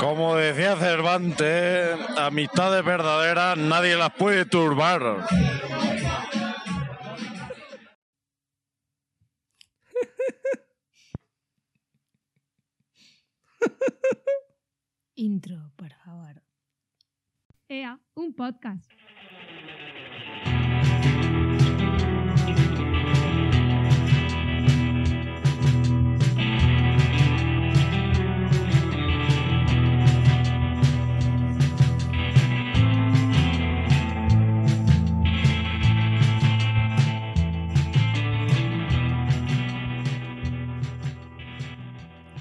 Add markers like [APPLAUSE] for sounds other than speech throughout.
Como decía Cervantes, amistades verdaderas nadie las puede turbar. Intro, por favor. EA, un podcast.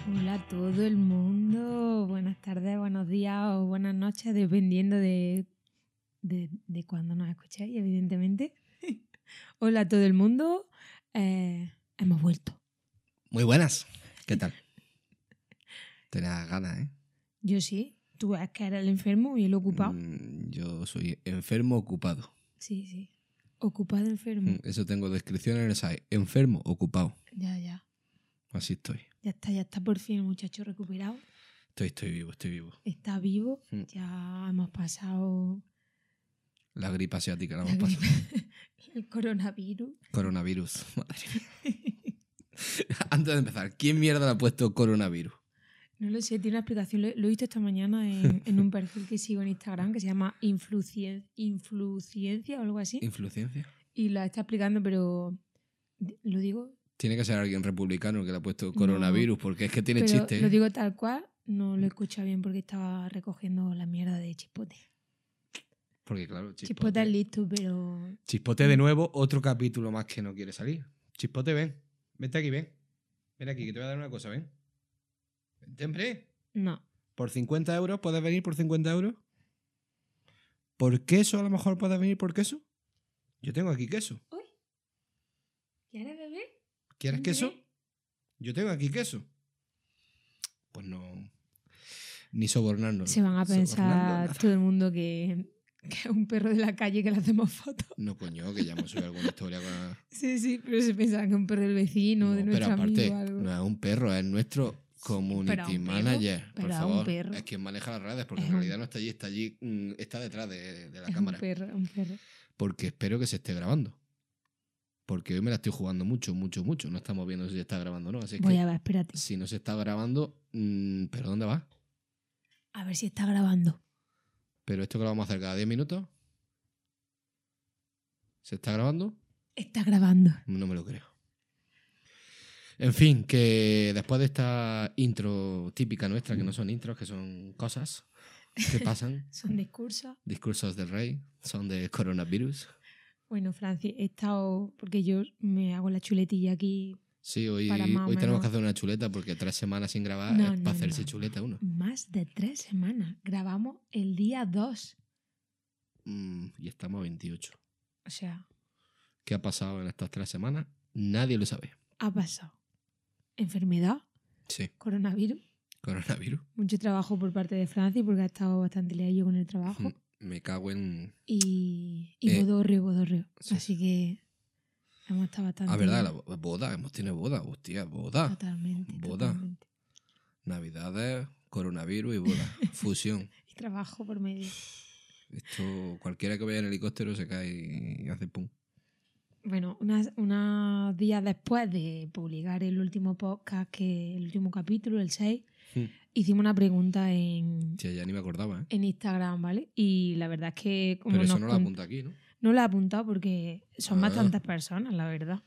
Hola a todo el mundo. Buenas tardes, buenos días o buenas noches, dependiendo de, de, de cuándo nos escuchéis, evidentemente. [LAUGHS] Hola a todo el mundo. Eh, hemos vuelto. Muy buenas. [LAUGHS] ¿Qué tal? Tenías ganas, ¿eh? Yo sí. Tú es que eres el enfermo y el ocupado. Mm, Yo soy enfermo ocupado. Sí, sí. Ocupado enfermo. Mm, Eso tengo descripción en el site. Enfermo ocupado. Ya, ya. Así estoy. Ya está, ya está por fin el muchacho recuperado. Estoy, estoy vivo, estoy vivo. Está vivo. Mm. Ya hemos pasado La gripe asiática la la hemos pasado. gripe- [LAUGHS] el coronavirus. [LAUGHS] Coronavirus. Madre mía. [LAUGHS] Antes de empezar, ¿quién mierda le ha puesto coronavirus? No lo sé, tiene una explicación. Lo, lo he visto esta mañana [LAUGHS] en, en un perfil que sigo en Instagram que se llama Influcien- Influciencia o algo así. ¿Influencia? Y la está explicando, pero di- lo digo. Tiene que ser alguien republicano que le ha puesto coronavirus, porque es que tiene pero chiste. Lo ¿eh? Mm. digo tal cual, no lo escucha bien porque estaba recogiendo la mierda de Chipote. Porque claro, Chipote, chispote. es listo, pero. Chispote Mm. de nuevo, otro capítulo más que no quiere salir. Chispote, ven. Vente aquí, ven. Ven aquí, que te voy a dar una cosa, ven. Vente, hombre. No. Por 50 euros, ¿puedes venir por 50 euros? ¿Por queso a lo mejor puedes venir por queso? Yo tengo aquí queso. ¿Quieres beber? ¿Quieres ¿Un queso? bebé? Yo tengo aquí queso. Pues no. Ni sobornarnos. Se van a Sobornando pensar nada. todo el mundo que, que es un perro de la calle que le hacemos fotos. No, coño, que ya hemos subido alguna historia con. la- Sí, sí, pero se pensaba que es un perro del vecino, de No, nuestro pero aparte, amigo. Algo. no es un perro, es nuestro pero a community un perro, manager. por pero a un favor, perro. es quien maneja las redes, porque Es en un- realidad no está allí, está allí, mm, está detrás de, de la Es [LAUGHS] cámara. Un perro, un perro. Porque espero que se esté grabando. Porque hoy me la estoy jugando mucho, mucho, mucho. No estamos viendo si se está grabando o no. Así Voy que a ver, espérate. si no se está grabando, mm, ¿pero dónde va? A ver si está grabando. ¿Pero esto que lo vamos a hacer cada 10 minutos? ¿Se está grabando? Está grabando. No me lo creo. En fin, que después de esta intro típica nuestra, que no son intros, que son cosas [LAUGHS] que pasan, Son discursos. discursos del rey, son de coronavirus. Bueno, Francis, he estado. Porque yo me hago la chuletilla aquí Sí, hoy, Para más o hoy tenemos menos. que hacer una chuleta porque tres semanas sin grabar No, es no, para hacerse no. chuleta uno. más de tres semanas. Grabamos el día 2. Mm, y estamos a 28. O sea, ¿Qué ha pasado en estas tres semanas? Nadie lo sabe. ha pasado. Enfermedad, Sí, coronavirus, coronavirus. mucho trabajo por parte de Francis porque ha estado bastante leído con el trabajo. Mm, Me cago en... Y, y Hmm. Eh, bodorrio, bodorrio. sí, Así que hemos estado bastante. Ah, verdad, la bien. bo- boda, hemos tenido boda, hostia, boda. Totalmente. Ah, boda. totalmente. Navidades, coronavirus y [LAUGHS] boda. Fusión. Y trabajo por medio. Esto, cualquiera que vaya en helicóptero se cae y hace pum. Bueno, unas- unos días después de publicar el último podcast, que el último capítulo, el 6, Hmm. hicimos una pregunta en, Tía, ya ni me acordaba, ¿eh? en Instagram, ¿vale? Y la verdad es que como Pero eso nos no lo cont- apunta aquí, ¿no? no la he apuntado porque son Ah. bastantes personas, la verdad.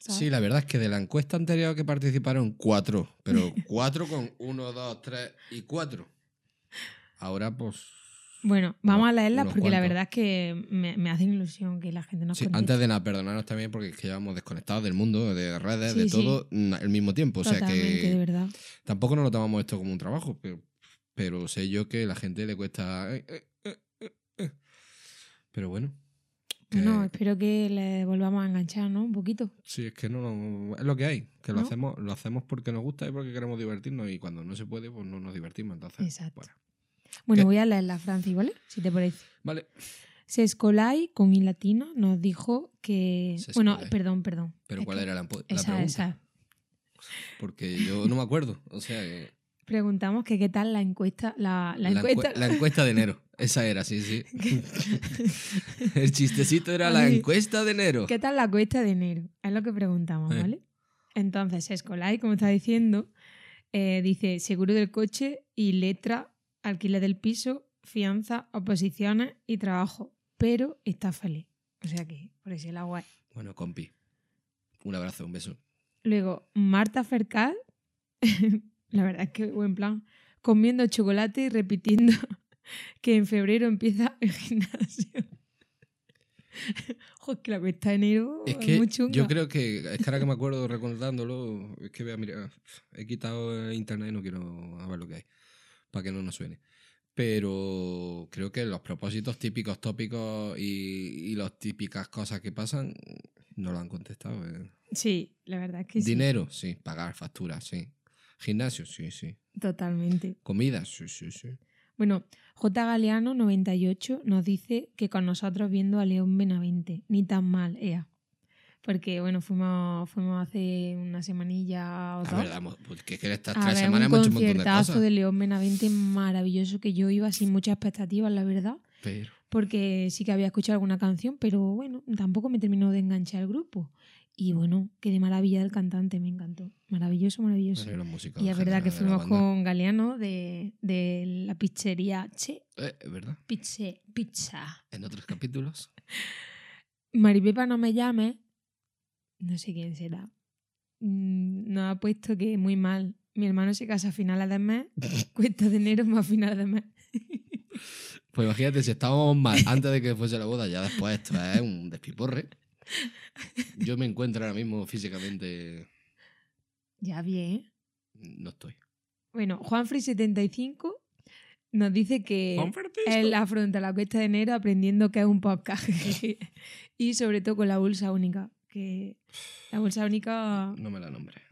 ¿Sabes? Sí, la verdad es que de la encuesta anterior que participaron, cuatro. [LAUGHS] Pero cuatro con uno, dos, tres y cuatro. Ahora, pues. Bueno, vamos Unos- a leerlas unos porque la cuantos. verdad es que me, me hacen ilusión que la gente nos Sí, conteste. antes de nada, perdonarnos también porque es que llevamos desconectados del mundo, de redes, Sí, de sí. todo, na- al mismo tiempo. O sea Totalmente, de que verdad. tampoco nos lo tomamos esto como un trabajo, pero, pero sé yo que a la gente le cuesta. eh, eh, eh, eh, eh. Pero bueno. que- Bueno, espero que le volvamos a enganchar, ¿no? Un poquito. Sí, es que no, no- es lo que hay, que lo ¿No? hacemos, lo hacemos porque nos gusta y porque queremos divertirnos y cuando no se puede, pues no nos divertimos. Entonces, Exacto. bueno. Bueno, ¿Qué? voy a leerla, Francis, ¿vale? ¿eh? Si te parece. Vale, Sescolai con I latina nos dijo que. Sescolai. Bueno, perdón, perdón. pero Es ¿cuál que- era la, empo- la Esa, pregunta? esa. Porque yo no me acuerdo. O sea, que- Preguntamos que qué tal la encuesta. La, la encue- encuesta. la encuesta de enero. Esa era, sí, sí. El chistecito era la Ay. encuesta de enero. [LAUGHS] ¿Qué tal la cuesta de enero? Es lo que preguntamos, Eh. ¿vale? Entonces, Escolai, como está diciendo, eh, dice seguro del coche y letra, alquiler del piso, fianza, oposiciones y trabajo. Pero está feliz. O sea que, por eso el agua. Bueno, compi. Un abrazo, un beso. Luego, Marta Fercal, [LAUGHS] la verdad es que buen plan, comiendo chocolate y repitiendo [LAUGHS] que en febrero empieza el gimnasio. [LAUGHS] Joder, que la cuesta de enero Es es, que muy chunga. yo creo que, es que ahora que me acuerdo recordándolo, es que voy a mirar, he quitado eh, internet y no quiero a ver lo que hay, para que no nos suene. Pero creo que los propósitos típicos, tópicos y, y las típicas cosas que pasan no lo han contestado. eh. Sí, la verdad es que sí. Dinero, sí. Pagar facturas, sí. Gimnasio, sí, sí. Totalmente. Comida, sí, sí, sí. Bueno, J. Galeano 98 nos dice que con nosotros viendo a León Benavente, ni tan mal, ea. Porque bueno, fuimos, fuimos hace una semanilla o La dos Ah, verdad, mo- porque es que en estas a tres ver un semanas hemos hecho un montón de conciertazo cosas. de León Benavente maravilloso que yo iba sin muchas expectativas, la verdad, Pero porque sí que había escuchado alguna canción, pero bueno, tampoco me terminó de enganchar el grupo. Y bueno, qué de maravilla el cantante, me encantó. Maravilloso, maravilloso. bueno, y los músicos Y es en verdad general que de la fuimos banda. con Galeano de, de la pizzería Che, Eh, es verdad. Pizze, Pizza. En otros capítulos. Maripepa no me llame, no sé quién será. Mm, Nos ha puesto que muy mal. Mi hermano se casa a finales de [LAUGHS] mes, cuesta de enero más finales de mes. Pues imagínate, si estábamos mal antes de que fuese la boda, ya después esto es un despiporre. Yo me encuentro ahora mismo físicamente. Ya bien. No estoy. Bueno, Juanfrey75 nos dice que él afronta la cuesta de enero aprendiendo que es un podcast. [LAUGHS] y sobre todo con la bolsa única. Que la bolsa única No me la nombre.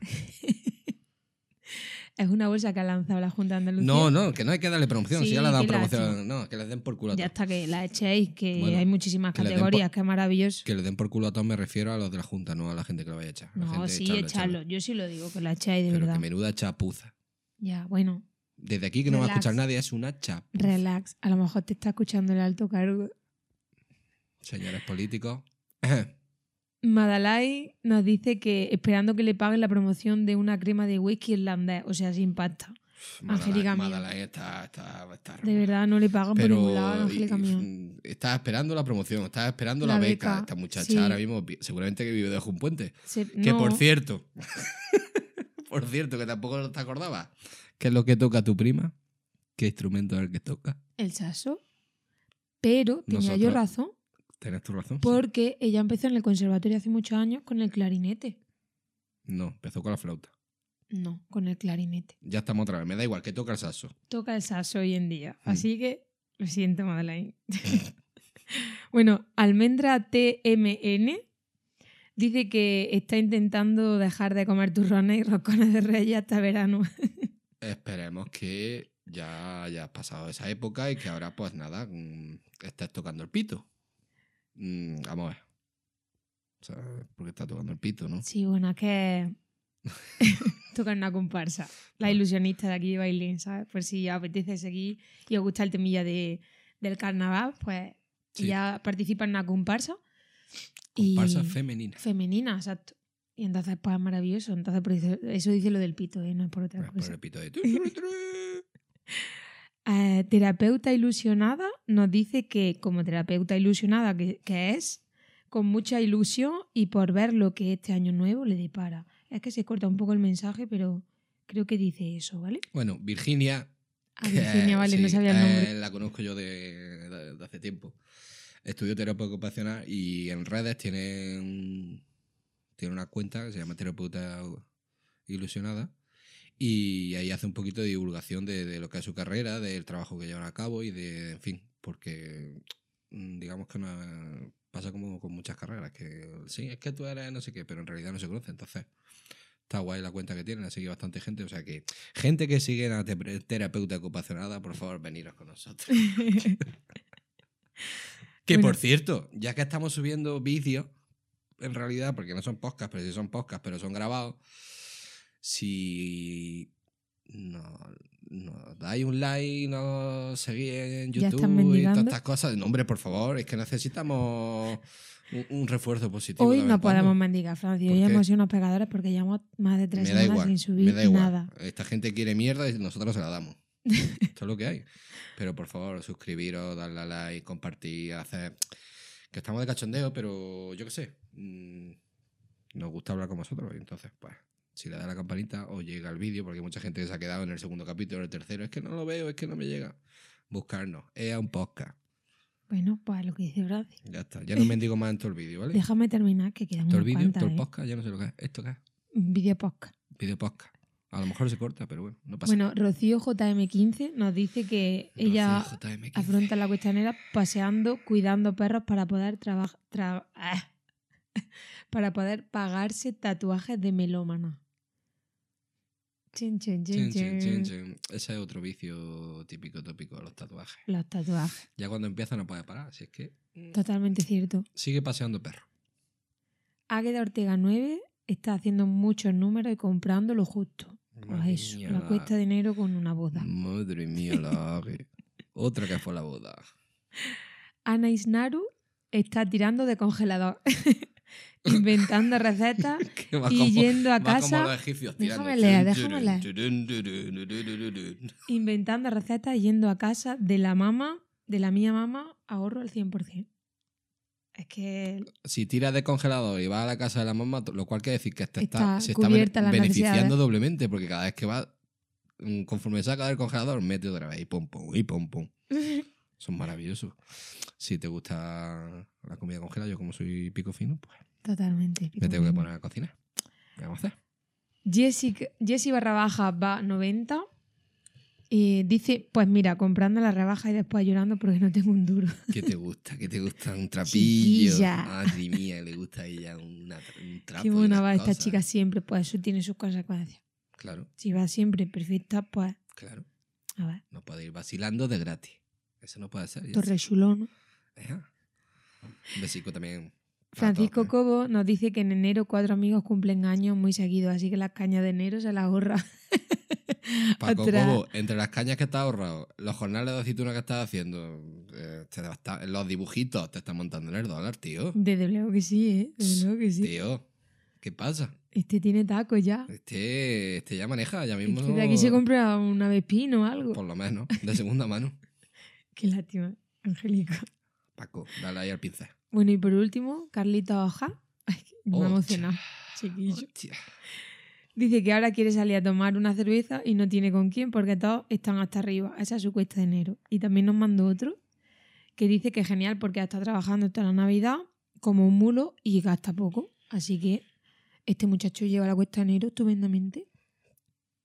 es una bolsa que ha lanzado la Junta de Andalucía. No, no, que no hay que darle promoción. Sí, si ya la dan qué promoción. lástima. No, que les den por culo a Ya todos. está, que la echéis, que Bueno, hay muchísimas que le den categorías, que es maravilloso. Que le den por culo a todos me refiero a los de la Junta, no a la gente que lo vaya a echar. La No, gente, sí, echarlo, echarlo. echarlo. Yo sí lo digo, que la echáis de Pero verdad. que menuda chapuza. Ya, bueno, Desde aquí que no va a Relax. escuchar nadie, es una chapuza. relax. A lo mejor te está escuchando el alto cargo. Señores políticos. Madalai nos dice que esperando que le paguen la promoción de una crema de whisky irlandés, o sea, sin pasta. Angélica mía. Madalay está, está, está De verdad, no le pagan por ningún lado a la Angélica y- mía. mm, estaba esperando la promoción, estaba esperando la, La beca. beca, Esta muchacha sí. ahora mismo vi- seguramente que vive debajo un puente. Se- Que no, por cierto, [LAUGHS] por cierto, que tampoco te acordabas. ¿Qué es lo que toca tu prima? ¿Qué instrumento es el que toca? el saso. Pero tenía yo Nosotros- razón, Tienes tu razón. sí. porque ella empezó en el conservatorio hace muchos años con el clarinete. No, empezó con la flauta. No, con el clarinete. Ya estamos otra vez. Me da igual, que toca el saxo. toca el saso hoy en día. Mm. Así que lo siento, Madeleine. [LAUGHS] bueno, Almendra TMN dice que está intentando dejar de comer turrones y roscones de reyes hasta verano. Esperemos que ya hayas pasado esa época y que ahora, pues nada, mm, estés tocando el pito. Mm, Vamos a ver. O sea, porque estás tocando el pito, ¿no? sí, bueno, es que [LAUGHS] toca en una comparsa. La ilusionista de aquí de Bailín, ¿sabes? Por si os apetece seguir y os gusta el temilla de, del carnaval, pues Sí. ya participa en una comparsa. Y- Comparsa femenina. Femenina, exacto. Y entonces, pues es maravilloso. Entonces, por eso, eso dice lo del pito, ¿eh? no es por otra Pues por cosa. el pito de [LAUGHS] tu, tu, tu, tu. Eh, terapeuta ilusionada nos dice que, como terapeuta ilusionada que, que es, con mucha ilusión y por ver lo que este año nuevo le depara. Es que se corta un poco el mensaje, pero creo que dice eso, ¿vale? Bueno, Virginia. A Virginia, vale, no Eh, sí, sabía el nombre. [LAUGHS] eh, la conozco yo de, de- de hace tiempo. Estudió terapia ocupacional y en redes tiene, un- tiene una cuenta que se llama Terapeuta Ilusionada. Y ahí hace un poquito de divulgación de, de lo que es su carrera, del trabajo que llevan a cabo y de, en fin, porque mm, digamos que una- pasa como con muchas carreras, que sí, es que tú eres no sé qué, pero en realidad no se conoce. Entonces, está guay la cuenta que tienen, así que bastante gente. O sea que, gente que sigue a te- terapeuta ocupacionada, por favor, veniros [LAUGHS] con nosotros. Que por Bueno. cierto, ya que estamos subiendo vídeos, en realidad, porque no son podcasts, pero sí son podcasts, pero son grabados, si no, no dais un like, nos seguís en Ya están YouTube y mendigando. todas estas cosas. No, hombre, por favor, es que necesitamos un, un refuerzo positivo. de Hoy vez no en cuando. podemos mendigar, Francis. ¿Por Hoy qué? hemos sido unos pegadores porque llevamos más de tres Me da semanas igual, sin subir me da igual. nada. Esta gente quiere mierda y nosotros se [LAUGHS] la damos. Esto es lo que hay. Pero por favor, suscribiros, darle a like, compartir, hacer. Que estamos de cachondeo, pero yo qué sé. mm, Nos gusta hablar con vosotros. y Entonces, pues, si le da la campanita o llega el vídeo, porque hay mucha gente que se ha quedado en el segundo capítulo, en el tercero, es que no lo veo, es que no me llega. Buscarnos. Es un podcast. Bueno, pues lo que dice Francis. Ya está. Ya no mendigo más en todo el vídeo, ¿vale? Déjame terminar, que quedan Todo el unas vídeo, cuantas. todo el ¿eh? podcast, ya no sé lo que es. ¿Esto qué es? Un Video podcast. Vídeo podcast. A lo mejor se corta, pero bueno, no pasa Bueno, Rocío JM15 nos dice que ella Rocío JM15. afronta la cuestanera paseando, cuidando perros para poder trabajar. [LAUGHS] para poder pagarse tatuajes de melómana. Chin, chin, chin, Chin, chin, chin. chin, chin. Ese es otro vicio típico, tópico, los tatuajes. Los tatuajes. Ya cuando empieza no puede parar, así es que mm, Totalmente cierto. sigue paseando perro. Águeda Ortega 9 está haciendo muchos números y comprando lo justo. Pues Madre eso, mía, la la- cuesta de enero con una boda. Madre mía, la ave. Otra que fue a la boda. [LAUGHS] Ana Isnaru está tirando de congelador, [LAUGHS] inventando recetas Que [LAUGHS] va y como- yendo a va como casa los egipcios Déjame tirando. leer, Tun, déjame turun, turun, turun, turun. inventando recetas yendo a casa de la mamá, de la mía mamá, ahorro al 100%. Es que [LAUGHS] Si tiras de congelador y vas a la casa de la mamá, lo cual quiere decir que te está, Está se está bene- cubierta las beneficiando necesidades. doblemente, porque cada vez que va, mm, conforme saca del congelador, mete otra vez y pum, pum, y pum, pum. Son maravillosos. Si te gusta la comida congelada, yo como soy pico fino, pues totalmente. me tengo que poner a cocinar. ¿Qué vamos a hacer? Jessica, Jessie barra baja va 90 y dice, pues mira, comprando la rebaja y después llorando porque no tengo un duro. ¿Qué te gusta? ¿Qué te gusta? [LAUGHS] Un trapillo. Chiquilla. Madre mía, le gusta a ella una, un trapo. Qué y buena unas va esta cosas. chica siempre, pues eso tiene sus consecuencias. Claro, Si va siempre perfecta, pues claro. a ver, No puede ir vacilando de gratis. Eso no puede ser. ya Torrechulón. está. Ejá. Un besico también. para Francisco todos, Cobo nos dice que en enero cuatro amigos cumplen años muy seguidos, así que las cañas de enero se las ahorra. [LAUGHS] ¿eh? Paco Atrás. Cobo, entre las cañas que estás ahorrado, los jornales de aceituna que estás haciendo, eh, te devasta- los dibujitos te están montando en el dólar, tío. Desde luego que sí, ¿eh? Desde luego que sí. Tío, ¿qué pasa? Este tiene tacos ya. Este, este ya maneja, ya mismo. Este de aquí se compra un avespino o algo. Por lo menos, de segunda mano. Qué lástima, Angélico. Paco, dale ahí al pincel. Bueno, y por último, Carlita Hoja. Ay, me ha Hostia, emocionado, chiquillo. hostia. Dice que ahora quiere salir a tomar una cerveza y no tiene con quién porque todos están hasta arriba. Esa es su cuesta de enero. Y también nos mandó otro que dice que genial porque ha estado trabajando toda la Navidad como un mulo y gasta poco. Así que este muchacho lleva la cuesta de enero estupendamente.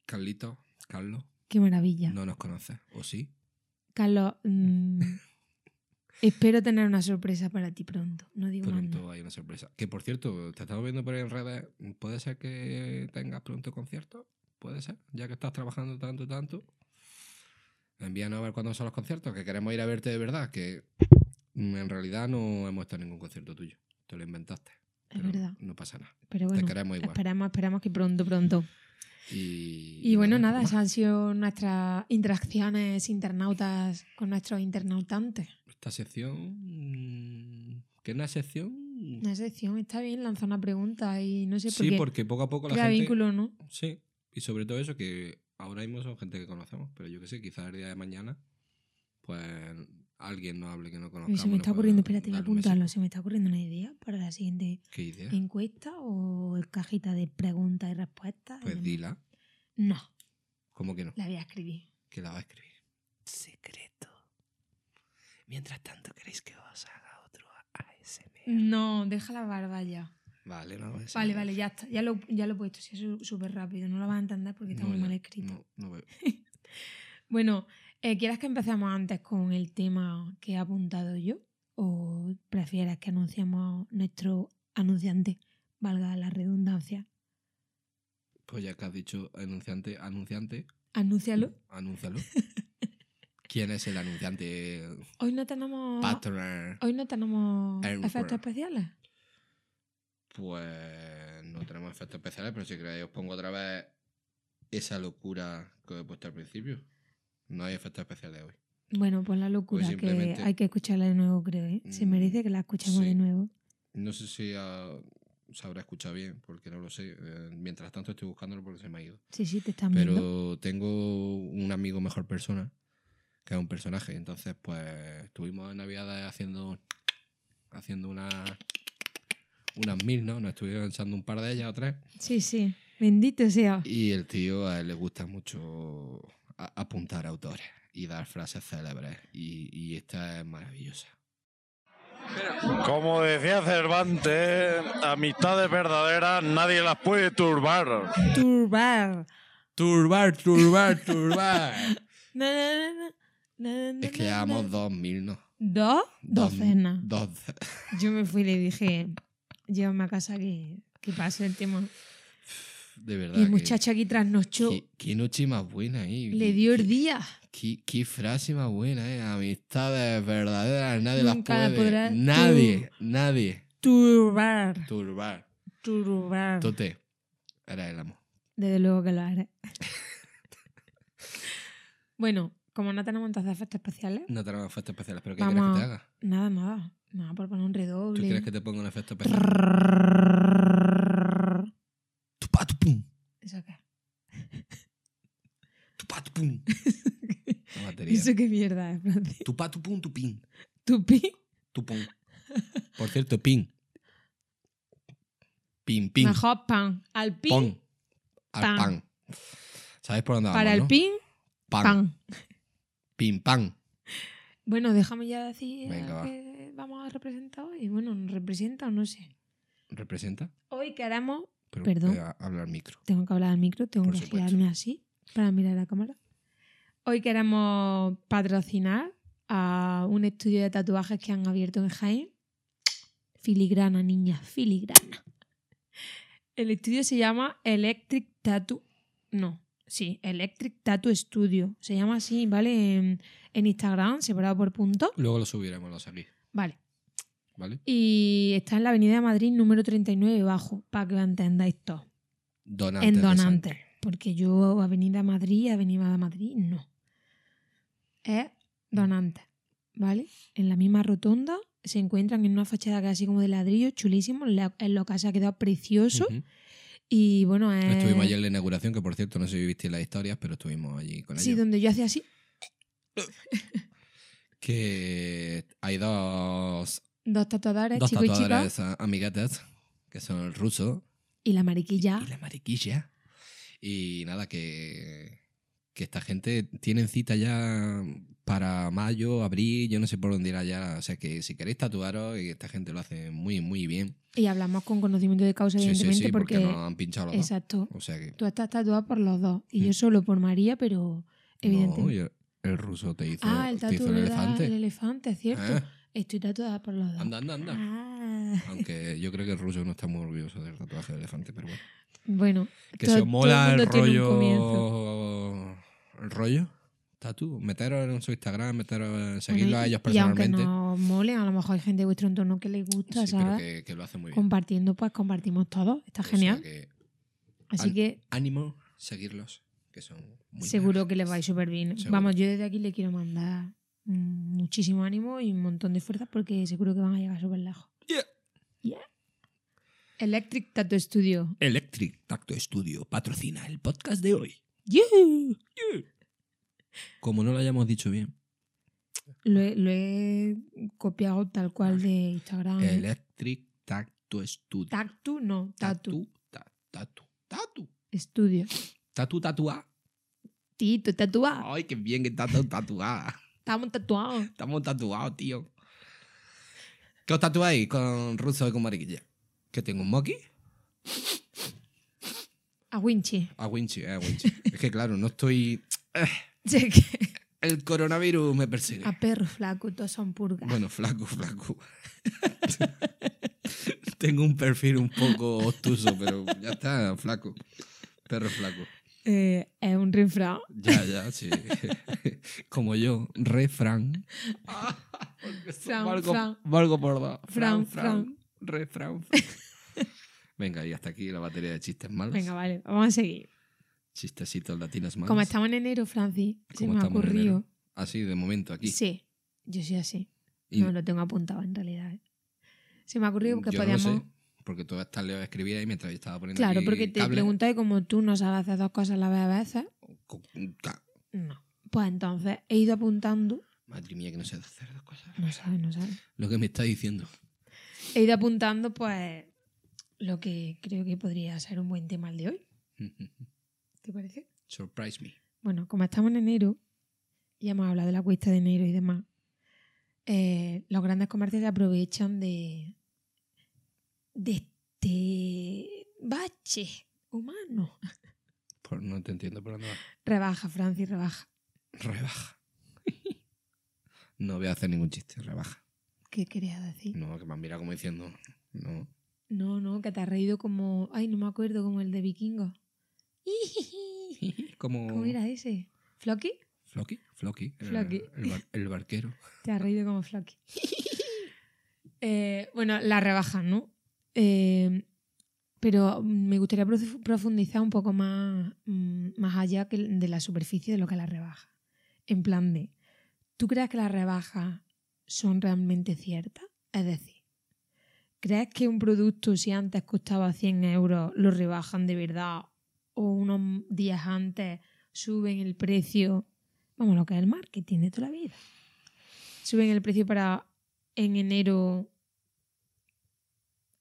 Carlito, Carlos, Qué maravilla. no nos conoces, ¿o sí? Carlos, [LAUGHS] mm, espero tener una sorpresa para ti pronto. No digo más. Pronto nada. hay una sorpresa. Que por cierto, te estaba viendo por ahí en redes, ¿puede ser que tengas pronto concierto? ¿Puede ser? Ya que estás trabajando tanto, tanto. Envíanos a ver cuándo son los conciertos, que queremos ir a verte de verdad, que mm, en realidad no hemos estado en ningún concierto tuyo. Te lo inventaste. Es pero verdad. No pasa nada. Pero bueno, te queremos igual. esperamos, esperamos que pronto, pronto. Y, Y bueno, nada, poco esas más. han sido nuestras interacciones internautas con nuestros internautantes. Esta sección. mm, Que es una sección. Una sección está bien, lanza una pregunta y no sé por sí, qué. porque poco a poco la crea gente. vínculo, ¿no? Sí, y sobre todo eso que ahora mismo son gente que conocemos, pero yo qué sé, quizás el día de mañana, pues alguien nos hable que no Y conozcamos. se me nos está puede ocurriendo, espérate, voy a dar un beso. apuntarlo, se me está ocurriendo una idea para la siguiente ¿Qué idea? encuesta o cajita de preguntas y respuestas. y Pues demás. dila. No, ¿Cómo que no? la voy a escribir. Que la va a escribir. Secreto. Mientras tanto, ¿queréis que os haga otro ASMR? No, deja la barba ya. Vale, no. ese Mm. Vale, no. vale, ya está. Ya lo, ya lo he puesto, sí, es su- súper rápido. No lo vas a entender porque está No, muy ya, mal escrito. No, no veo. Bueno, eh, ¿quieres que empecemos antes con el tema que he apuntado yo? ¿O prefieres que anunciemos nuestro anunciante? Valga la redundancia. Pues ya que has dicho anunciante, anunciante, Anúncialo. anúncialo. ¿Quién es el anunciante? Hoy no tenemos. Partner. Hoy no tenemos Anchor. efectos especiales. Pues no tenemos efectos especiales, pero si queréis os pongo otra vez esa locura que he puesto al principio. No hay efectos especiales hoy. Bueno, pues la locura Pues que simplemente- hay que escucharla de nuevo, creo, ¿eh? Se Mm, merece que la escuchemos de sí. nuevo. No sé si ah, se habrá escuchado bien, porque no lo sé. Eh, mientras tanto estoy buscándolo porque se me ha ido. Sí, sí, te están viendo. Pero tengo un amigo mejor persona, que es un personaje. Entonces, pues estuvimos en Navidad haciendo, haciendo una, unas mil, ¿no? Nos estuvieron echando un par de ellas o tres. Sí, sí. Bendito sea. Y el tío, a él le gusta mucho a- apuntar autores y dar frases célebres. Y, y esta es maravillosa. Como decía Cervantes, amistades verdaderas nadie las puede turbar. Turbar. Turbar, turbar, [LAUGHS] turbar. Na, na, na, na, na, es que na, llevamos na. dos mil, ¿no? dos. Dos- docenas. Dos. Yo me fui y le dije, llévame a casa que, que pase el tema. [LAUGHS] De verdad. Y el que- muchacho aquí trasnochó. Qué, qué noche más buena, ¿eh? Le dio Qué- el día. Qué, qué frase más buena, ¿eh? Amistades verdaderas, nadie Nunca la las puede. podrás nadie, nadie. Turbar. Turbar. Turbar. Tote, era el amo. Desde luego que lo haré. [LAUGHS] bueno, como no tenemos entonces efectos especiales, No tenemos efectos especiales, pero ¿qué Vamos quieres que a- te haga? nada, nada. Nada por poner un redoble. ¿Tú quieres que te ponga un efecto especial? Trrrrrrrrrrrrrrrrrrrrrrrrrrrrrrrrrrrrrrrrrr. Tupa, tupum, ¿Eso qué? tupa, tupum. La batería. ¿Eso qué mierda es, Francis? Tupa, tupum, tupín. ¿Tupi? Tupum. Por cierto, pin. Pin, pin. Mejor pan. Al pin. Pon. Al pan. pan. ¿Sabes por dónde vamos, para el no? pin, Pan. pan. Pin, pan. Bueno, déjame ya decir eh, Venga, va. que vamos a representar hoy. Bueno, ¿nos representa o no sé? ¿Representa? Hoy queremos... Pero, Perdón. eh, habla al micro. Tengo que hablar al micro, tengo Por que supuesto. girarme así para mirar la cámara. Hoy queremos patrocinar a un estudio de tatuajes que han abierto en Jaén. Filigrana, niña, filigrana. El estudio se llama Electric Tattoo. No, sí, Electric Tattoo Studio. Se llama así, ¿vale? En, en Instagram, separado por punto. Luego lo subiremos, lo seguís, Vale. ¿vale? Y está en la Avenida de Madrid número 39 bajo, para que lo entendáis todo. Donante. En de sangre. Donantes. Porque yo Avenida Madrid, Avenida Madrid, no. Es Donantes, ¿vale? En la misma rotonda se encuentran en una fachada casi como de ladrillo, chulísimo, la- en lo que se ha quedado precioso. Ujú. Y bueno, es... Estuvimos ayer en la inauguración, que por cierto, no sé si visteis las historias, pero estuvimos allí con Sí, ellos. donde yo hacía así, Que hay dos, dos tatuadores, dos chico y chica, tatuadores ah, amiguetes, que son el ruso y la mariquilla. y la mariquilla. Y nada, que, que esta gente tienen cita ya para mayo, abril, yo no sé por dónde irá ya. O sea que si queréis tatuaros, y esta gente lo hace muy, muy bien. Y hablamos con conocimiento de causa, Sí, sí, evidentemente, sí, porque, porque... nos han pinchado los dos. Exacto. O sea que. Tú estás tatuada por los dos. Y Mm. yo solo por María, pero evidentemente. No, y el, el ruso te hizo, Ah, el te hizo tatu el le da elefante. el elefante, ¿cierto? Ah, Estoy tatuada por los dos. anda, anda, anda. Ah. Aunque yo creo que el ruso no está muy orgulloso del tatuaje de elefante, pero bueno. Bueno, Que todo- todo se os el mola el mundo tiene un rollo. El rollo. Tatu. Meteros en su Instagram, meteros, seguirlo bueno, a y- ellos Y aunque personalmente. no mole, a lo mejor hay gente de vuestro entorno que les gusta, sí, pero ¿sabes? que, que lo hace muy bien. Compartiendo, pues compartimos todo. Está O sea genial. que Así an- que ánimo, seguirlos, que son muy seguro buenos. que les va a ir súper bien. Seguro. Vamos, yo desde aquí le quiero mandar mm, muchísimo ánimo y un montón de fuerzas porque seguro que van a llegar súper lejos. Yeah. Yeah. Electric Tattoo Studio. Electric Tacto Studio patrocina el podcast de hoy. Yuhu. Como no lo hayamos dicho bien. Lo he, lo he copiado tal cual de Instagram. ¿eh? Electric Tacto Studio. Tactu, no, tatu. ta- Tatu. Tatu. Estudio. Tatu tatuá. Tito, tatuado. Ay, qué bien que estás tan tatuada. [LAUGHS] Estamos tatuados. Estamos tatuados, tío. ¿Qué os tatuáis con ruso y con mariquilla? ¿Que tengo un moqui? A [LAUGHS] Winchi. A Winchi, eh, a Winchi. es que claro, no estoy. Sé que- El coronavirus me persigue. A perro flaco, todos son purgas. Bueno, flaco, flaco. [LAUGHS] tengo un perfil un poco obtuso, pero ya está, flaco. Perro flaco. Eh, es un refrán. Ya, ya, sí. [LAUGHS] Como yo, [LAUGHS] refrán. Porque soy Fran, valgo- Fran. valgo por dos. Fran, [LAUGHS] Refrán. Fran. Venga, y hasta aquí la batería de chistes malos. Venga, vale, vamos a seguir. Chistecitos latinos más. Como estamos en enero, Francis, se Como me ha estamos en enero. ocurrido. Así, de momento, aquí. Sí, yo soy así. Y No lo tengo apuntado en realidad. ¿eh? Se me ha ocurrido que yo no lo podíamos. sé, porque tú hasta le escribías y mientras yo estaba poniendo claro, aquí porque te cable, pregunté como tú no sabes hacer dos cosas a la vez a veces. co- ca- No. Pues entonces he ido apuntando. Madre mía, que no sé hacer dos cosas. No sabes, no sabes. Lo que me está diciendo. [LAUGHS] He ido apuntando, pues, lo que creo que podría ser un buen tema el de hoy. ¿Te parece? Surprise me. Bueno, como estamos en enero, ya hemos hablado de la cuesta de enero y demás, eh, los grandes comercios se aprovechan de, de este bache humano. Por- no te entiendo por dónde va. Rebaja, Francis, rebaja. Rebaja. No voy a hacer ningún chiste, rebaja. ¿Qué querías decir? No, que me han mirado como diciendo. No. No, no, que te has reído como... Ay, no me acuerdo, como el de [LAUGHS] vikingo. Como. ¿Cómo era ese? ¿Floki? Floki, Floki. el- Floki. El, bar- el barquero. Te has reído como Floki. [LAUGHS] Eh, bueno, la rebajan, ¿no? Eh, pero me gustaría prof- profundizar un poco más, mm, más allá que de la superficie de lo que la rebaja. En plan de, ¿tú crees que las rebajas son realmente ciertas? Es decir, ¿crees que un producto si antes costaba 100 euros lo rebajan de verdad o unos días antes suben el precio? Vamos, lo que es el marketing de toda la vida suben el precio para en enero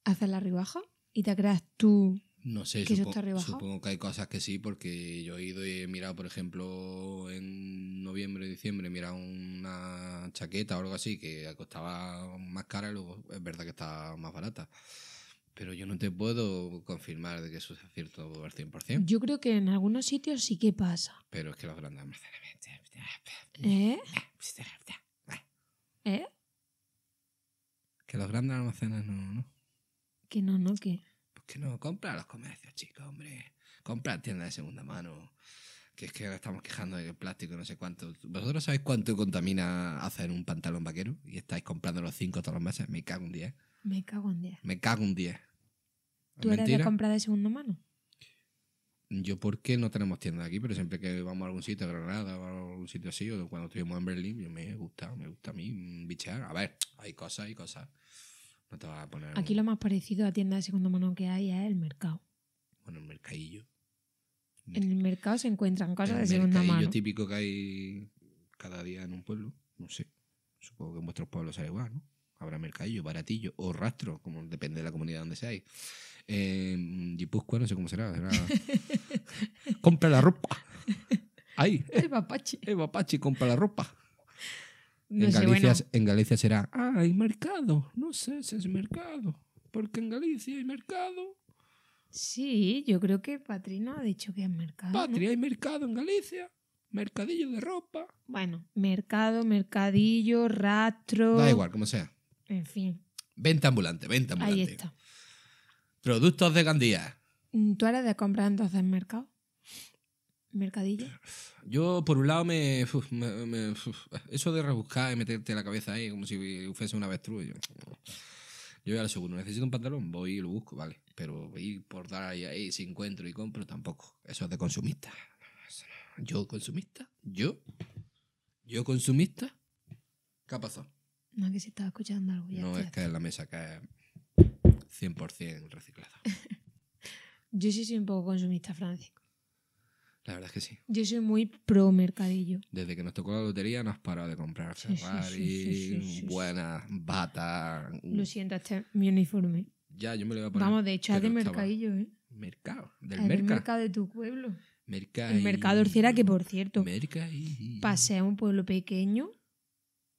hacer la rebaja y te creas tú. No sé, ¿Que eso supo- está rebajado? supongo que hay cosas que sí, porque yo he ido y he mirado, por ejemplo, en noviembre, diciembre, he mirado una chaqueta o algo así que costaba más cara y luego es verdad que está más barata. Pero yo no te puedo confirmar de que eso sea cierto al 100%. Yo creo que en algunos sitios sí que pasa. Pero es que las grandes almacenes... ¿Eh? Pues ¿Eh? Que los grandes almacenes no, no. Que no, no, que. Pues que no, compra a los comercios, chicos, hombre. Compra en tiendas de segunda mano. Que es que ahora estamos quejando de que el plástico no sé cuánto. ¿Vosotros sabéis cuánto contamina hacer un pantalón vaquero? Y estáis comprando los cinco todos los meses. Me cago un 10. Me cago en 10. Me cago un 10. ¿Es ¿Tú eres de mentira? comprar de segunda mano? Yo porque no tenemos tiendas aquí, pero siempre que vamos a algún sitio, a Granada o a algún sitio así, o cuando estuvimos en Berlín, yo me gusta, me gusta a mí mm, bichear. A ver, hay cosas, hay cosas. No te vas a poner Aquí lo más parecido a tienda de segunda mano que hay es el mercado. bueno, el mercadillo. En el mercado se encuentran cosas el de segunda mercadillo mano. típico que hay cada día en un pueblo, no sé. Supongo que en vuestros pueblos será igual, ¿no? Habrá mercadillo, baratillo o rastro, como depende de la comunidad donde seáis. Eh, Guipúzcoa, no sé cómo será. [LAUGHS] será... compra la ropa. Ahí, [LAUGHS] El papache. Eva Pachi, compra la ropa. No en, sé, Galicia, bueno, en Galicia será, ah, hay mercado. No sé si es mercado. Porque en Galicia hay mercado. Sí, yo creo que Patrino ha dicho que es mercado. Ah, ¿no? Patria, hay mercado en Galicia. Mercadillo de ropa. Bueno, mercado, mercadillo, rastro. Da igual, como sea. En fin, Venta ambulante, venta ambulante. ahí está. Productos de Gandía. Mm, ¿Tú eres de comprar entonces en mercado? ¿Mercadillo? Yo, por un lado, me, uf, me- me- uf, eso de rebuscar y meterte la cabeza ahí como si fuese una avestruz. Yo, yo voy a lo seguro. Necesito un pantalón, voy y lo busco, vale. Pero ir por dar ahí, ahí si encuentro y compro, tampoco. Eso es de consumista. Eso no. Yo, consumista. Yo. Yo, consumista. ¿Qué ha pasado? No, que si estaba escuchando algo. Ya No está, es ya que está. en la mesa cae 100% reciclado. Yo sí soy un poco consumista, Francisco. La verdad es que sí. Yo soy muy pro mercadillo. Desde que nos tocó la lotería nos parado de comprar Sí, sí, sí, Ferrari, sí, sí, sí, sí. buenas batas. Lo siento, este es mi uniforme. Ya, yo me lo voy a poner. Vamos, de hecho, es de pero estaba- mercadillo, ¿eh? Mercado. Es Del del mercado. mercado de tu pueblo. Mercado. El mercado Orciera, que por cierto, Mercadillo. pasé a un pueblo pequeño,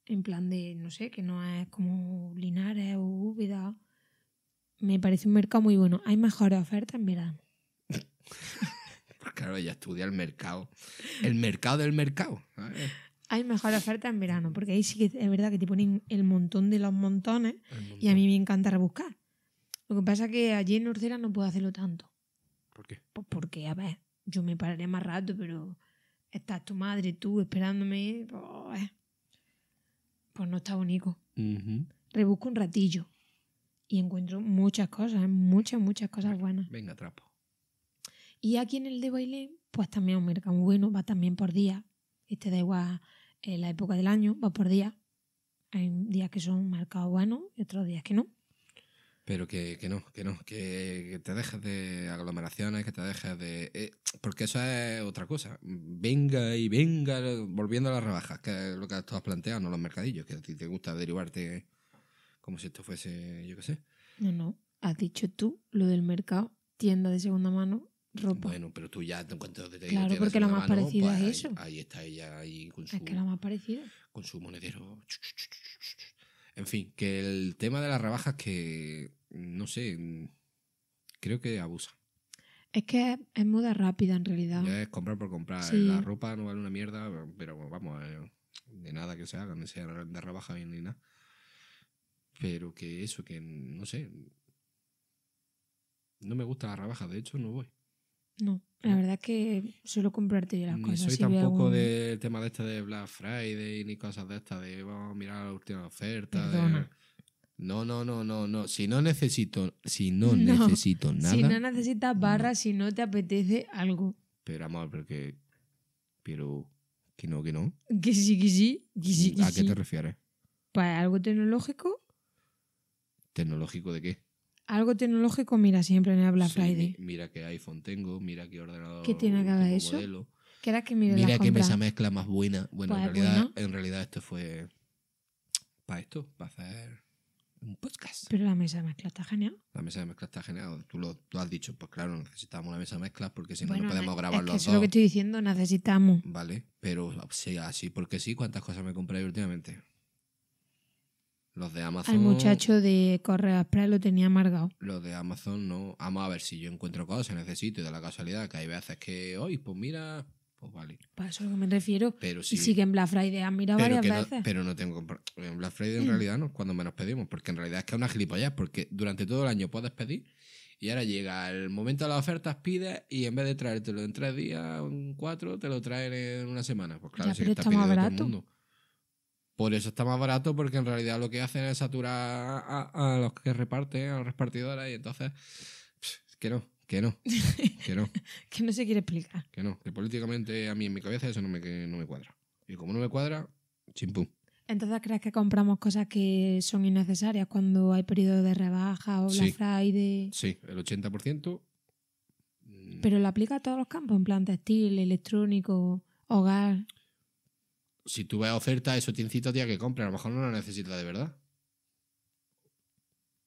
en plan de, no sé, que no es como Linares o Úbeda. Me parece un mercado muy bueno. Hay mejores ofertas en verano. Claro, ella estudia el mercado. El mercado del mercado. ¿sabes? Hay mejor oferta en verano, porque ahí sí que es verdad que te ponen el montón de los montones El y a mí montón. me encanta rebuscar. Lo que pasa es que allí en Orcera no puedo hacerlo tanto. ¿Por qué? Pues porque, a ver, yo me pararé más rato, pero estás tu madre, tú, esperándome. Pues, eh, pues no está bonito. Ujú. Rebusco un ratillo y encuentro muchas cosas, muchas, muchas cosas buenas. Venga, trapo. Y aquí en el de Bailén pues también es un mercado muy bueno, va también por día. Y te da igual eh, la época del año, va por día. Hay días que son mercados buenos y otros días que no. Pero que, que no, que no, que, que te dejes de aglomeraciones, que te dejes de... eh, porque eso es otra cosa. Venga y venga, volviendo a las rebajas, que es lo que tú has planteado, no los mercadillos, que a ti te gusta derivarte como si esto fuese, yo qué sé. No, no, has dicho tú lo del mercado, tienda de segunda mano, ropa. Bueno, pero tú ya te encuentras... de- de- Claro, de la porque lo segunda más parecido es ahí- eso. Ahí, está ella, ahí con su... es que es lo más parecido. con su monedero. En fin, que el tema de las rebajas que, no sé, creo que abusa. Es que es, es moda rápida en realidad. Ya es comprar por comprar. Sí. La ropa no vale una mierda, pero bueno, vamos, eh, de nada que se haga, no sea de rebaja ni ni nada. Pero que eso, que no sé. No me gusta las rebajas, de hecho no voy. No, la No. verdad es que suelo comprarte yo las Ni cosas. soy si veo tampoco algún- del tema de este de Black Friday ni cosas de estas de vamos a mirar la última oferta. de- Perdona. No, no, no, no, no. Si no necesito, si no, [LAUGHS] No. necesito nada. Si no necesitas barra, si no te apetece algo. [LAUGHS] Pero amor, pero que. Pero que no, que no. Que sí, que sí, que sí, que ¿A qué sí. te refieres? Pues algo tecnológico, ¿Tecnológico de qué? algo tecnológico, mira, siempre en el Black Sí, Friday. mi- mira qué iPhone tengo, mira qué ordenador. ¿Qué tiene que último ver eso? modelo, Que era que mire Mira las qué compras. mesa mezcla más buena. Bueno, en, Pues realidad, bueno. en realidad esto fue. Para esto, para hacer un podcast. Pero la mesa mezcla está genial. La mesa de mezcla está genial. Tú lo tú has dicho, pues claro, necesitamos una mesa de mezcla porque si no, Bueno, no podemos grabar es que los eso es lo dos. que estoy diciendo, necesitamos. Vale, pero sí, así porque sí, ¿cuántas cosas me compré últimamente? Los de Amazon. Al muchacho de Correas Express lo tenía amargado. Los de Amazon no. Vamos a ver si yo encuentro cosas, necesito, y de la casualidad, que hay veces que hoy, pues mira, pues vale. Para eso es lo que me refiero. Pero Y sí. sí que en Black Friday has mirado pero, varias que no, veces. Mm. pero no tengo compra- eh, En Black Friday en realidad no, es cuando menos pedimos, porque en realidad es que es una gilipollas, porque durante todo el año puedes pedir y ahora llega el momento de las ofertas, pides y en vez de traértelo en tres días, en cuatro, te lo traen en una semana. Pues claro, Ya, sí que pero está está más pidiendo todo el barato. mundo. Por eso está más barato, porque en realidad lo que hacen es saturar a, a los que reparten, a los repartidores, y entonces. pff, que no, [LAUGHS] que no, que no. [LAUGHS] Que no se quiere explicar. Que no, que políticamente a mí en mi cabeza eso no me, que no me cuadra. Y como no me cuadra, chimpum. Entonces, ¿crees que compramos cosas que son innecesarias cuando hay periodo de rebaja o Black Sí. Friday? Sí, el 80%. mm, Pero lo aplica a todos los campos, en plan textil, electrónico, hogar. si tú ves oferta, eso te incita a ti a que compre. A lo mejor no la necesitas de verdad.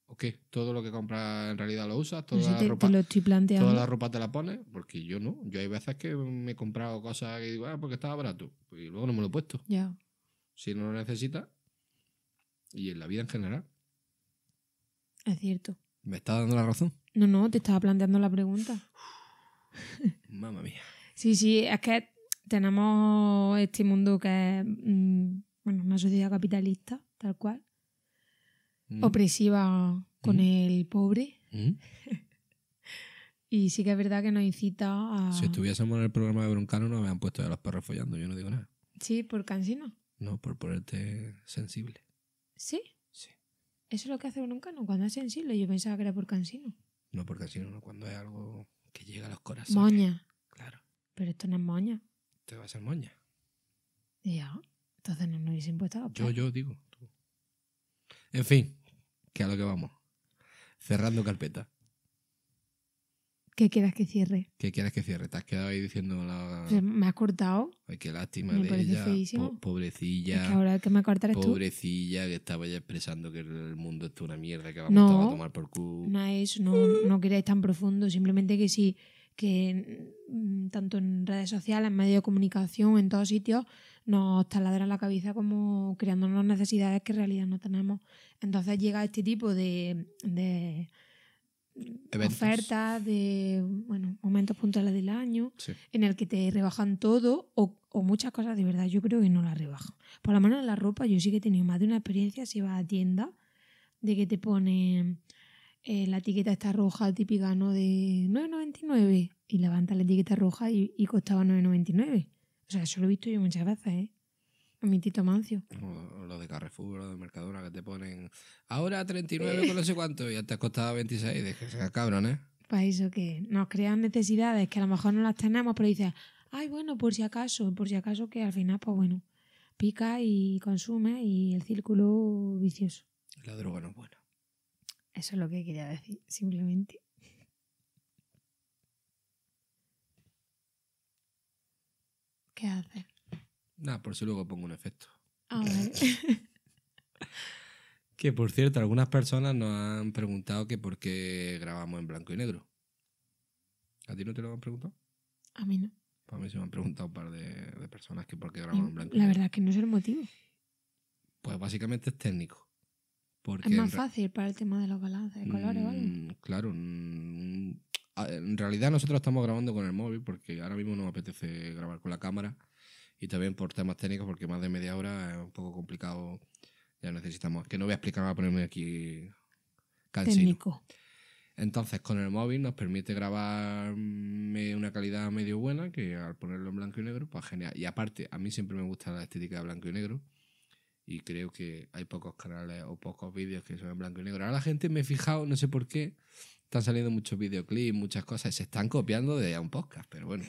¿O qué? ¿Todo lo que compras en realidad lo usas? No ¿Toda, sé, la, te, ropa, te lo estoy planteando. ¿Toda la ropa te la pones? Porque yo no. Yo hay veces que me he comprado cosas que digo, ah, porque estaba barato. Pues, Y luego no me lo he puesto. Ya. Si no lo necesitas. Y en la vida en general. Es cierto. ¿Me está dando la razón? No, no, te estaba planteando la pregunta. Mamma mía. Sí, sí, es que tenemos este mundo que es mm, bueno, una sociedad capitalista, tal cual, Mm, opresiva con Mm. el pobre. mm. Y sí que es verdad que nos incita a. Si estuviésemos en el programa de Broncano, no me han puesto ya los perros follando. Yo no digo nada. Sí, por cansino. No, por ponerte sensible. Sí. Sí. Eso es lo que hace un cano cuando es sensible. Yo pensaba que era por cansino. No, porque así no, cuando es algo que llega a los corazones. Moña. Claro, Pero esto no es moña. te va a ser moña. Ya. Entonces no nos hubiesen puesto. a Yo, optar. yo digo. tú. En fin, que a lo que vamos. Cerrando carpeta. ¿Qué quieras que cierre? ¿Qué quieres que cierre? Te has quedado ahí diciendo la... Pues me has cortado. Ay, qué lástima me de parece ella. feísimo. po- Es que pobrecilla. ahora el que me cortar es tú. Pobrecilla que estaba ya expresando que el mundo es una mierda, que vamos No. todos a tomar por culo. No es, no, no queráis tan profundo, simplemente que sí, que mm, tanto en redes sociales, en medios de comunicación, en todos sitios, nos taladran la cabeza como creándonos necesidades que en realidad no tenemos. Entonces llega este tipo de, de Eventos. ofertas, de bueno, momentos puntuales del año, Sí. en el que te rebajan todo o, o muchas cosas de verdad yo creo que no las rebajan. Por lo menos en la ropa yo sí que he tenido más de una experiencia si vas a tienda de que te ponen eh, la etiqueta esta roja típica no de 9.99 y levanta la etiqueta roja y, y costaba 9.99. O sea, eso lo he visto yo muchas veces, ¿eh? A mi tito Mancio. O los de Carrefour, los de Mercadona que te ponen ahora 39 con no sé cuánto y ya te ha costado 26. Deje, cabrones. Pues eso que nos crean necesidades que a lo mejor no las tenemos, pero dices, ay, bueno, por si acaso, por si acaso que al final, pues bueno, pica y consume y el círculo vicioso. La droga no es buena. Eso es lo que quería decir, simplemente. ¿Qué haces? Nada, por si luego pongo un efecto. Ah, [LAUGHS] vale. Que por cierto, algunas personas nos han preguntado que por qué grabamos en blanco y negro. ¿A ti no te lo han preguntado? [LAUGHS] A mí no. Para mí se me han preguntado un par de, de personas que por qué grabamos en blanco y Mm, La negro. verdad que no es el motivo. Pues básicamente es técnico. Porque Es en más re- fácil para el tema de los balances de colores, ¿vale? Mm, Claro. mm, a- en realidad nosotros estamos grabando con el móvil porque ahora mismo nos apetece grabar con la cámara y también por temas técnicos porque más de media hora es un poco complicado. Ya necesitamos... Que no voy a explicar, voy a ponerme aquí cansino. Técnico. Entonces, con el móvil nos permite grabar me- una calidad medio buena, que al ponerlo en blanco y negro, pues genial. Y aparte, a mí siempre me gusta la estética de blanco y negro. Y creo que hay pocos canales o pocos vídeos que son en blanco y negro. Ahora la gente me he fijado, no sé por qué, están saliendo muchos videoclips, muchas cosas. y Se están copiando de un podcast, pero bueno.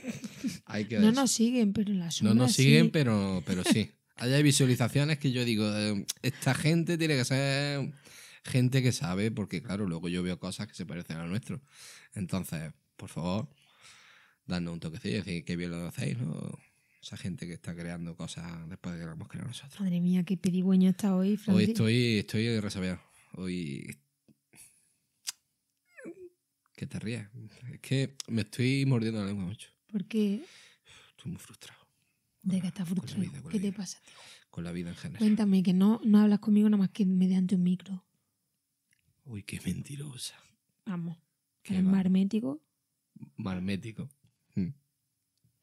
Hay [LAUGHS] que No nos siguen, pero en la sombra no nos siguen, sí. pero, pero sí. Ahí Hay visualizaciones que yo digo, eh, esta gente tiene que ser gente que sabe, porque claro, luego yo veo cosas que se parecen a lo nuestro. Entonces, por favor, dadnos un toquecillo y decir que bien lo hacéis, ¿no? Esa gente que está creando cosas después de que lo hemos creado nosotros. Madre mía, qué pedigüeño está hoy, Francis. Hoy estoy, estoy resabiado. Hoy. Que te ríes. Es que me estoy mordiendo la lengua mucho. ¿Por qué? Estoy muy frustrado. ¿De qué estás Con la frustrado? vida, con la ¿Qué te vida. pasa, tío? Con la vida en general. Cuéntame, que no, no hablas conmigo nada más que mediante un micro. Uy, qué mentirosa. Vamos. Qué Eres va- más hermético. Marmético.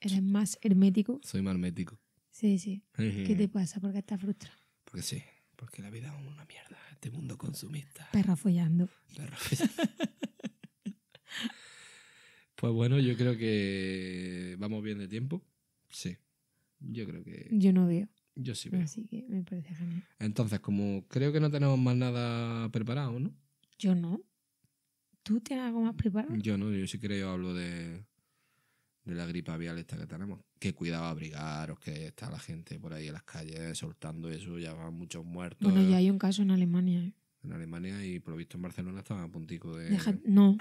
Eres más hermético. Soy marmético. Sí, sí. ¿Qué te pasa? ¿Por qué estás frustrado? [LAUGHS] Porque sí. Porque la vida es una mierda. Este mundo consumista. Perra follando. La ropa- pues bueno, yo creo que vamos bien de tiempo. Sí. Yo creo que. Yo no veo. Yo sí veo. Así que me parece genial. Entonces, como creo que no tenemos más nada preparado, ¿no? Yo no. ¿Tú tienes algo más preparado? Yo no, yo sí creo yo hablo de, de la gripe aviar esta que tenemos. Que cuidado abrigaros, que está la gente por ahí en las calles soltando eso, ya van muchos muertos. Bueno, ya hay un caso en Alemania. ¿eh? en Alemania y por lo visto en Barcelona estaban a puntico de... Deja- No,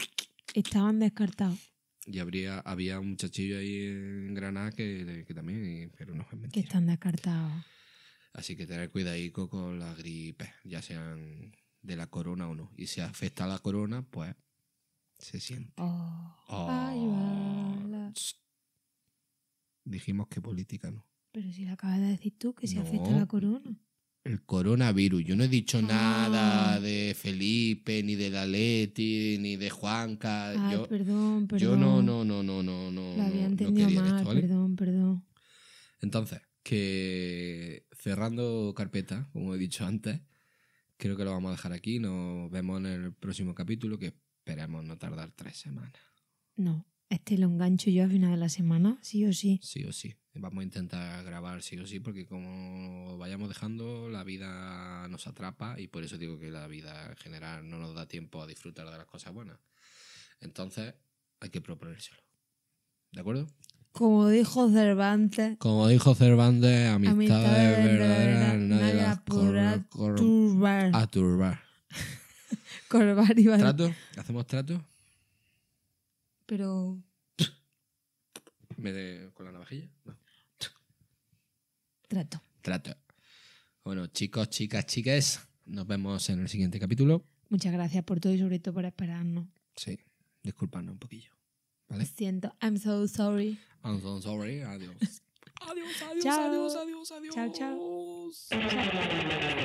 estaban descartados. Y habría, había un muchachillo ahí en Granada que, que también, y- pero no es Que mentira. están descartados. Así que tener cuidadico con las gripes, ya sean de la corona o no. Y si afecta a la corona, pues se siente. Oh. Oh. Ay, bala. Tss. Dijimos que política no. Pero si lo acabas de decir tú, que se afecta No. la corona. El coronavirus. Yo no he dicho Ah. nada de Felipe, ni de la Leti, ni de Juanca. Ay, yo, perdón, perdón. Yo no, no, no, no, no, no. Lo había no- no entendido quería mal, esto, ¿vale? perdón, perdón. Entonces, que cerrando carpeta, como he dicho antes, creo que lo vamos a dejar aquí. Nos vemos en el próximo capítulo, que esperemos no tardar tres semanas. No, este lo engancho yo a final de la semana, sí o sí. Sí o sí. Vamos a intentar grabar sí o sí, porque como vayamos dejando, la vida nos atrapa y por eso digo que la vida en general no nos da tiempo a disfrutar de las cosas buenas. Entonces, hay que proponérselo. ¿De acuerdo? Como dijo Cervantes, Como dijo Cervantes, amistades, Amistades verdaderas, verdaderas, nadie las podrá cor- turbar, a turbar. corbar y barbar. ¿Trato? ¿Hacemos trato? Pero ¿Me de- ¿Con la navajilla? No. trato. Trato. Bueno, chicos, chicas, chiques, nos vemos en el siguiente capítulo. Muchas gracias por todo y sobre todo por esperarnos. Sí, disculpadnos un poquillo. Lo ¿Vale? siento, I'm so sorry. I'm so sorry, adiós. adiós, adiós, Chao. adiós, adiós, adiós. Chao, chao. chao.